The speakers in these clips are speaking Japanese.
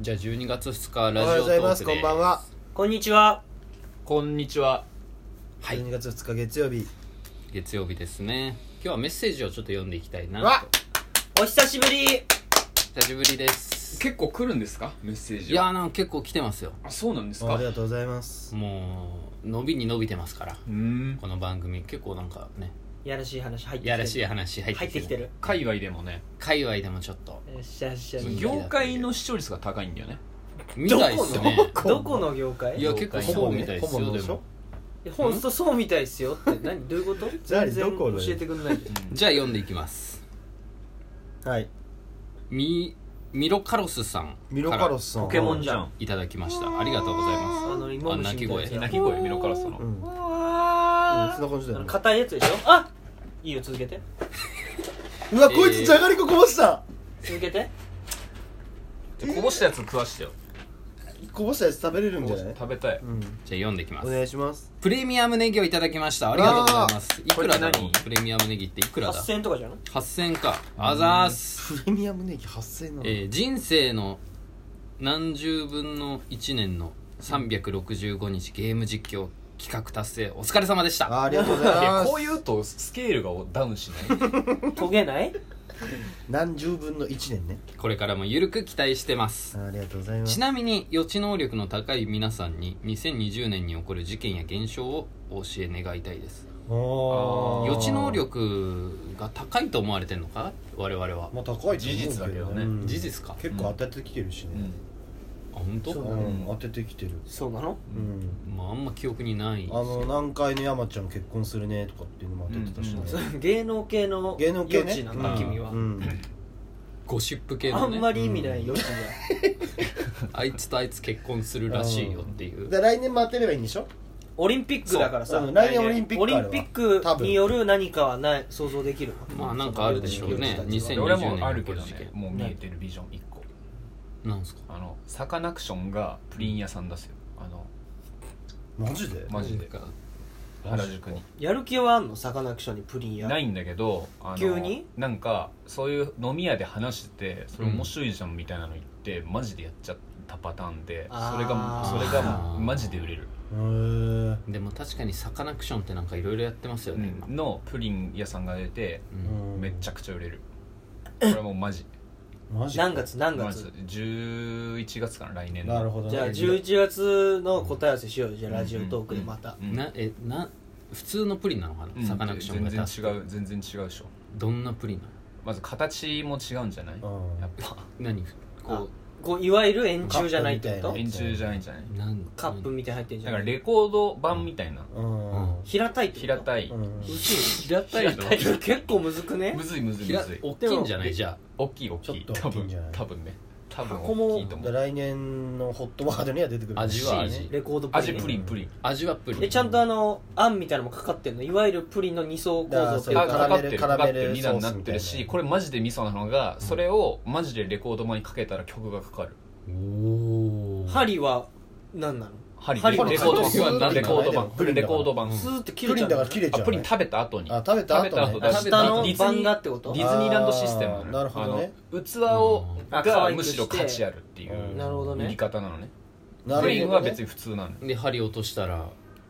じゃあ12月2日おラはよジうオトございーますクこでんばんはこんにちは。こんにちははい12月2日月曜日月曜日ですね今日はメッセージをちょっと読んでいきたいなわとお久しぶり。久しぶりです結構来るんですかメッセージいやーなんか結構来てますよあそうなんですあかりがとうございますもう伸びに伸びてますからうーんこの番組結構なんかねいやらしい話入ってきてる。いやらしい話入って入ってきてる。海外でもね界隈でもちょっとよっしゃよっしゃ。うん業界の視聴率が高いんだよねみたいっすねどこの業界いや結構そうみたいっすほぼよねでほぼもほんとそうみたいっすよって何どういうこと誰全ど然こ教だよえてくんないでじゃあ読んでいきますはいミミロカロスさんからミロカロスさんポケモンじゃんいただきましたありがとうございますあの芋虫みたいあな鳴き声鳴き声ミロカラスの、うん、うん、そんあな感じだよのね硬いやつでしょあいいよ続けてうわえーこいつじゃがりここぼした続けてこぼしたやつ食わしてよこぼしたやつ食べれるんじゃない食べたいうんじゃあ読んでいきまおす願いしますプレミアムネギをいただきましたありがとうございますいーくらだこれろう何プレミアムネギっていくらだ8000とかじゃん8000かあざーす、プレミアムネギ8000なの、えー人生の何十分の1年の365日ゲーム実況企画達成お疲れ様でしたあありがとうございいやまこうす言うとスケールがダウンしないトゲない何十分の1年ねこれからもゆるく期待してますあーありがとうございまちすなみに予知能力の高い皆さんに2020年に起こる事件や現象をお教え願いたいですおー予知能力が高いと思われてんのか我々はまあ高いと思う事実だけどねうん事実かあ結構当ててきてるしうねん、本当そうだんね、当ててきてるそうなのうんまああんま記憶にないですあの南海の山ちゃん結婚するねとかっていうのも当ててたしね、そう芸能系の芸能系余ね地なんだ、うん君は、うんゴシップ系あのんねまり意味ない余地じゃんあいつとあいつ結婚するらしいよって いうで来年も当てればいいんでしょオリンピックだからさそううん来年オリンピックあるわオリンピックによる何かはない想像できるまあなんかあるでしょうねうん2020俺年もあのるこけのど事ね件もう見えてるビジョン1個なんすかあのサカナクションがプリン屋さん出すよあのマジでマジでか原宿にやる気はあんのサカナクションにプリンやないんだけどあの急になんかそういう飲み屋で話しててそれ面白いじゃんみたいなの言って、マジでやっちゃったパターンであーそれがそれがあーマジで売れる、へーでも確かにサカナクションってなんかいろいろやってますよね今のプリン屋さんが出てうんめちゃくちゃ売れる、これはもうマジマジ何月何ま月、ず11月かな来年のなるほどねじゃあ11月の答え合わせしようよじゃあラジオトークでまた、うんなえな普通のプリンなのかうなんサカナクションが全出す然違う全然違うでしょどんなプリンなのまず形も違うんじゃない、うん やっぱ何ここういわゆる円柱じゃないってカップこみたいと円柱じゃないんじゃないうんなんカップみたいに入ってんじだゃかならいレコード版みたいなうん平たいってこと平たい、うん平たいの平たい結構むずくねむずいむずいむずい大きいんじゃないじゃ大きい大きいちょっと大きいんじゃない多分多分ね多分箱も大きいと思でう来年のホットワードには出てくる味は味しレコードプリン味プリンプリンあ味はプリンえちゃんとあのあんみたいなのもかかってんのいわゆるプリンの二層構造っていうだそかあかうカかラっメルてるカかラかメっルてる2段になっソースてるみたいなしこれマジで味噌なのがそれをマジでレコード版にかけたら曲がかかるおお針は何なの針針レのコードカット版レコード版プリンだレからコード版スーって切プれリちンゃうだから切れちゃうあプリン食べた後にあ食べた後ね食べた後べ下のディズニー番がってことディズニーランドシステムのあーなるほどねあの器をあ可が愛くむしてしろ価値あるっていうんうなるほど売ねり方なのねなるほどねプリンは別に普通なので針落としたら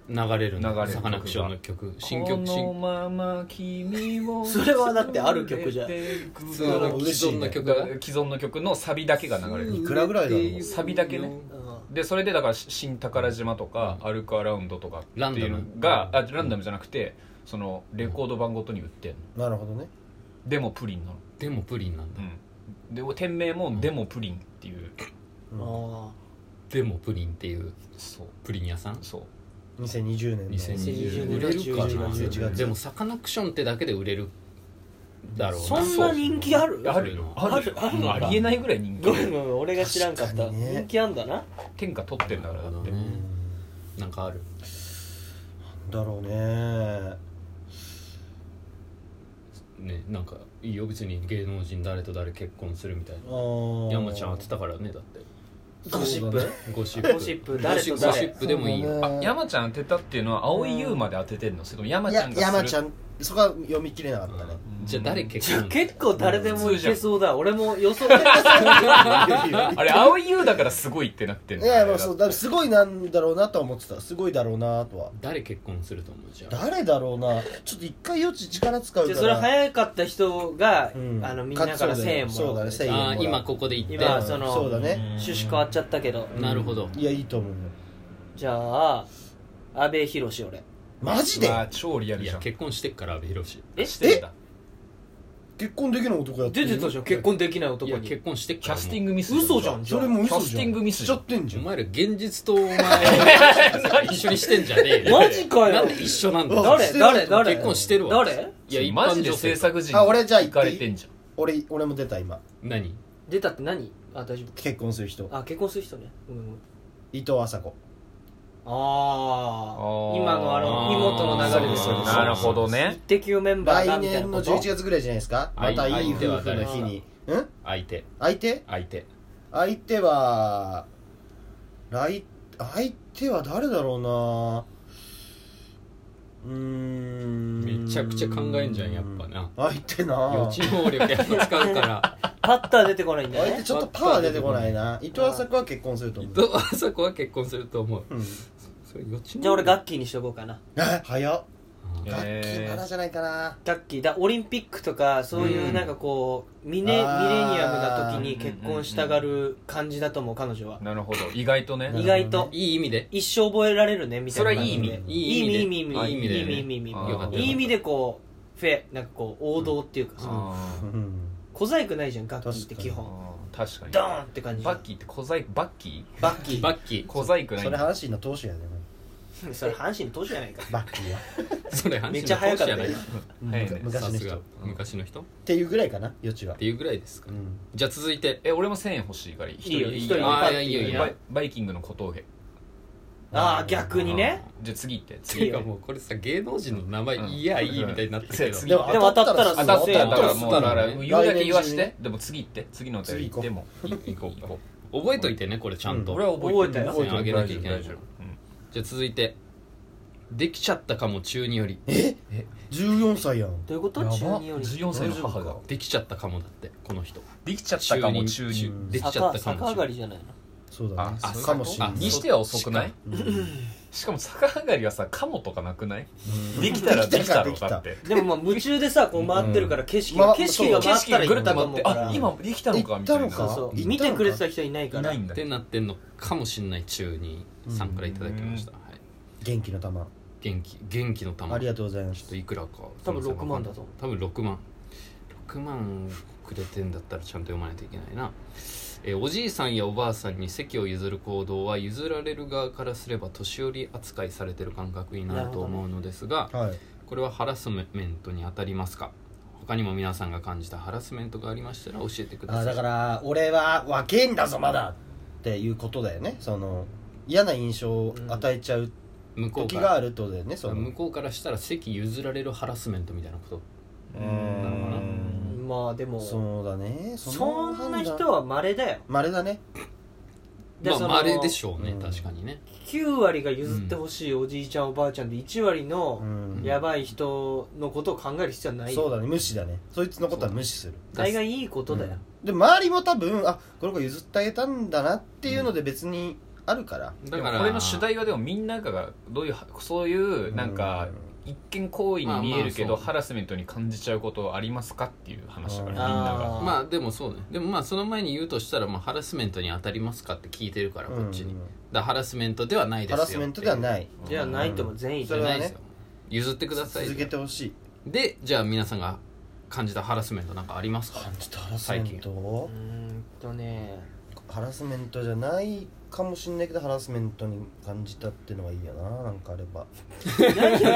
流れる流れのるサカナクションの曲新曲この新まま君をそれはだってある曲じゃん普普通通なののの既存の曲曲がが既存の曲のサビだけが流れるいくらぐらいだろうサビだけねうんでそれでだからし新宝島とかアルカラウンドとかっていうのがランダあランダムじゃなくてそのレコード版ごとに売ってんのなるほどねでもプリンなのでもプリンなんだうんで店名もでもプリンっていうあでもプリンっていうそうプリン屋さんそう2020 2020年2020年年売れるか11月なでもサカナクションってだけで売れるだろうーそんな人気あるあるよああるるあるありえないぐらい人気ごめんごめん俺が知らんかった確かにね人気あんだな天下取ってんだなかるほらだどってねうんなんかあるだろうねねなんかいいよ別に芸能人誰と誰結婚するみたいなあ山ちゃん当はてたからねだってゴシップゴシップゴシップ誰と誰ゴシップでもいいよあ山ちゃん当てたっていうのは蒼井優まで当ててんのそれとも山いちゃやんがする山ちゃんそこは読み切れなかったね、じゃあ誰結じゃあ婚結構誰でもいけそうだ俺も予 想あれ青い優だからすごいってなってんいのやいやまあそうだだからすごいなんだろうなとは思ってたすごいだろうなとは誰結婚すると思うじゃあ誰だろうなちょっと一回余地力使うからじゃあそれ早かった人が、うんあのみんなから1000円もそうだね1000円ああ今ここで言って今そのそうだね趣旨変わっちゃったけどなるほどいやいいと思うよじゃあ阿部寛俺マジでうわ超リアルいじゃやん結婚してっから阿部寛いえしてんだ結婚できない男やって出るてたじゃん結婚できない男やに結婚してっキからャスティンググミス嘘じゃんじそゃれんも嘘じゃんキャスティングミスしじちゃゃんってんじゃおん前ら現実と お前一緒にしてんじゃねえよマジかよなんで一緒なんだよ誰誰誰結婚してるわ誰いや一マ般ジで女性制作陣あ俺じゃあ行かれてんじゃ俺俺も出た今何出たって何あ大丈結婚する人夫あ結婚する人ねうんうん伊藤麻子あああー今のあの妹の流れですよそうねですなるほどね一滴メンバーだ来みたいな年このと11月ぐらいじゃないですかま相たいい相手夫は婦誰の日にうん相手相手相手相手は来相手は誰だろうなうーんめちゃくちゃ考えんじゃんやっぱな相手な予知能力やっぱ使うからパッター出てこないんだ相手ねちょっとパワー出てこないな伊藤麻子は結婚すると伊思藤う麻子は結婚すると思ううんそれ予知能力じゃあ俺ガッキーにしとこうかなえ早っうんガッキーまだじゃないかなガッキーだオリンピックとかそういうなんかこうミネミレニあーアムな時に結婚したがる感じだと思う彼女はなるほど意外とねうん意外といい意味で一生覚えられるねみたいな感じでそれはいい意味いい意味いい意味いい意あいい意味味だいいよね意味いい意味あーよかったいい意味でこうフェなんかこう王道っていうかそのあうん小細工ないじゃんガッキーって基ー本あー確かにドーンって感じバッキーって小細工バッキバッキーバッキー小細工ないそれ話の投手やねそれ阪神の投手じゃないかバッキーはー それ阪神めっのちゃ早投か手っじゃたないね早いね昔さのす人がっ昔の人っていうぐらいかな余地はていうぐらいですかうんじゃあ続いてえ俺も1000円欲しいから一いいよ一人いでよバあーッいキいよいいーよバがイバイキングの小峠ああ逆にねじゃあ次行ってて次いうかもうこれさ芸能人の名前うんいやいいみたいになってるけうんどでも当たったら当当たたっらったただからもう当たっただかららね言うだけ言わしてでも次行って次のお便り行ってもいこう行こう覚えといてねこれちゃんと俺は覚えてる覚えてるあげなきゃいけない大丈夫じゃあ続いてできちゃったかも中により14歳やんどういうこと大丈中夫うん二やよばり14歳の母大丈が夫できちゃったかもだってこの人できちゃったかも中中ににできちゃっ坂たか坂上もが中りにじゃないのそうだねあかもしれなあいにしては遅くないうんしかも逆上がりはさカモとかなくないできたらででききたたろろだってでもまあ夢中でさこう回ってるから景色まがあ景色が景回った色らが行ったと思ぐるっと回っうてかあら今できたのかみたいな行ったそうのかそ行ったのうか見てくれてた人いないかいらないんっだてなってんのかもしんない中にさんからいただきました、はい、元気の玉元気元気の玉ありちょがとうございまっすといくらか多分6万だと思多分6万6万くれてんだったらちゃんと読まないといけないなえーおじいさんやおばあさんに席を譲る行動は譲られる側からすれば年寄り扱いされてる感覚になると思うのですが、はいこれはハラスメントに当たりますか他にも皆さんが感じたハラスメントがありましたら教えてくださあいだから俺は若えんだぞまだっていうことだよねその嫌な印象を与えちゃう向こう時かがあらるってことだよねその向こうからしたら席譲られるハラスメントみたいなことうなのかなーんうまあでもそそうだねんな人は稀だよまれだねでまあそのまああれでしょうね、うん確かにね9割が譲ってほしいおじいちゃんおばあちゃんで1割うのんやばい人のことを考える必要はないそうだね無視だねそいつのことは無視する大概いいことだよで周りも多分あこの子譲ってあげたんだなっていうので別にあるからだからこれの主題はでもみんながどういうそういうなんか一見行為に見えるけまあまあどそうハラスメントに感じちゃうことありますかっていう話だからみんあなーがまあでもそうねでもまあその前に言うとしたら、まあ、ハラスメントに当たりますかって聞いてるからこっちに、うんだからハラスメントではないですハよラスメントではってないじゃあないとも全員いうじゃそれなはいねですよ譲ってください続けてほしいでじゃあ皆さんが感じたハラスメントなんかありますか 感じたハラスメンうトーんとねハラスメントじゃないかもしんないけどハラスメントに感じたってのはいいよななんかあれば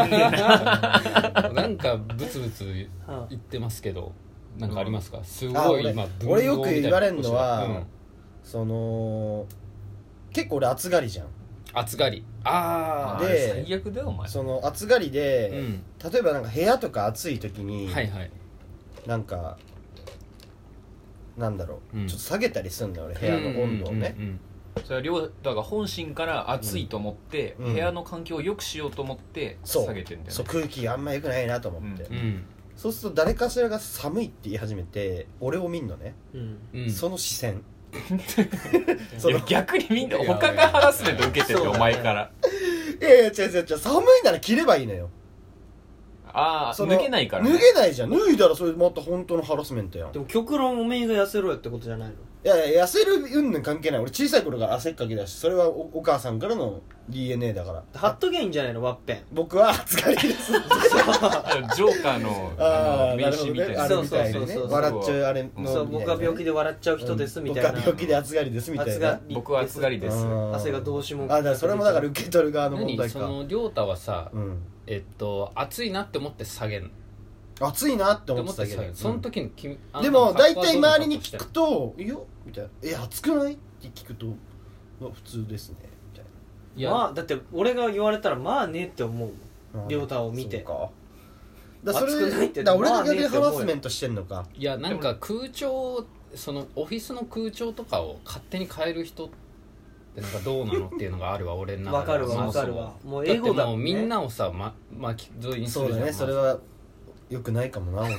なんかブツブツうん言ってますけどなんかありますかすごあい俺今文豪俺よくみたいな言われんのはうんその結構俺暑がりじゃん暑がりあああでれ最悪だよお前その暑がりうで、ん例えばなんか部屋とか暑い時に、はいはいなんかなんだろう、うんちょっと下げたりすんだよ俺部屋の温度をね、うんうんそれは両だから本心から暑いと思って、うん部屋の環境を良くしようと思ってそう下げてんだよそうね空気あんま良くないなと思って、うんうんそうすると誰かしらが寒いって言い始めて俺を見んのね、うんうんその視 線いそのや逆にみんな他がハラスメント受けてるそうよだねお前からいやいや違う違う違う寒いなら着ればいいのよああその脱げないからね脱げないじゃん脱いだらそれまた本当のハラスメントやんいでも極論おめえが痩せろよってことじゃないのやいや痩せる云々関係ない俺小さい頃から汗っかきだしそれはおお母さんからの DNA だから貼っとけばいいんじゃないのワッペン僕は 暑がりですあのジョーカーのああのあな名るほ刺どみたねいあなれみたいにねそうそうそうそう笑っちゃうあれのみたいなねそう僕は病気で笑っちゃう人ですみたいな僕は病気で暑がりですみたい暑がなり僕は暑がりですうん汗がどうしようもあだからそれもだから受け取る側の問何題そかの亮太はさ、うんえっと暑いなって思って下げんって暑いなって思っ思てってた下げけるどその時に君あんたでもの格大好は体どんな周りに聞格く好と「いいよ」みたいな「え暑くない?」って聞くと「まあ普通ですね」みしてたいんのいや、まあだって俺が言われたらまあねって思うな亮太を見てそうかだからそれ暑くないってだから俺が逆まあにねってハ思うラよスメントしてんのかいやなんか空調そのオフィスの空調とかを勝手に変える人ってなんかどうなのっていうのがあるわ俺の中でわかるわそわもそかもるわもうだっ英て語だももうんみんねなをさ、ま、巻き添えにすそるじうゃんだねそれまあはよくないかもな俺いや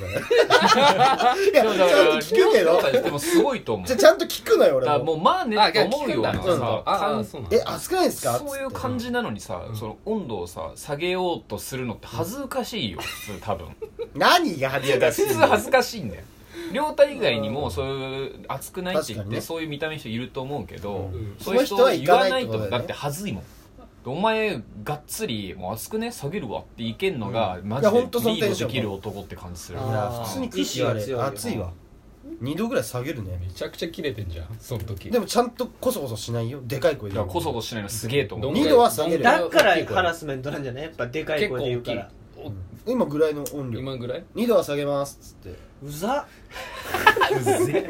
ちゃんと聞くけどだからでもすごいと思うじゃちゃんと聞くのよだから俺ももうまあねあって思う聞くんよだなんうかんさああ感そうなんだえ暑くないですかそういつっうて感じなのにさ、うんその温度をさ下げようとするのって恥ずかしいよ普通多分何が恥いやずかだからしい普通恥ずかしいんだよ亮太以外にもそういう熱くないって確言かっにて、ねそういう見た目の人いると思うけど、うんそういう人は言わなその人は行かないといってことだよねだって恥ずいもんお前がっつりもう熱くね下げるわっていけんのが、マジいやでリほんとそのテンーショドンできる男って感じするいあーや普通に空気言わ意志が強いれよ暑いわ2度ぐらい下げるねめちゃくちゃ切れてんじゃんその時でもちゃんとこそこそしないよでかい声いでやこそこそしないのすげえと思どうん二度は下げるだからハラスメントなんじゃないやっぱでかい結構声で言大うきかいらうん今ぐらいの音量今ぐらい2度は下げますっつってうざうぜ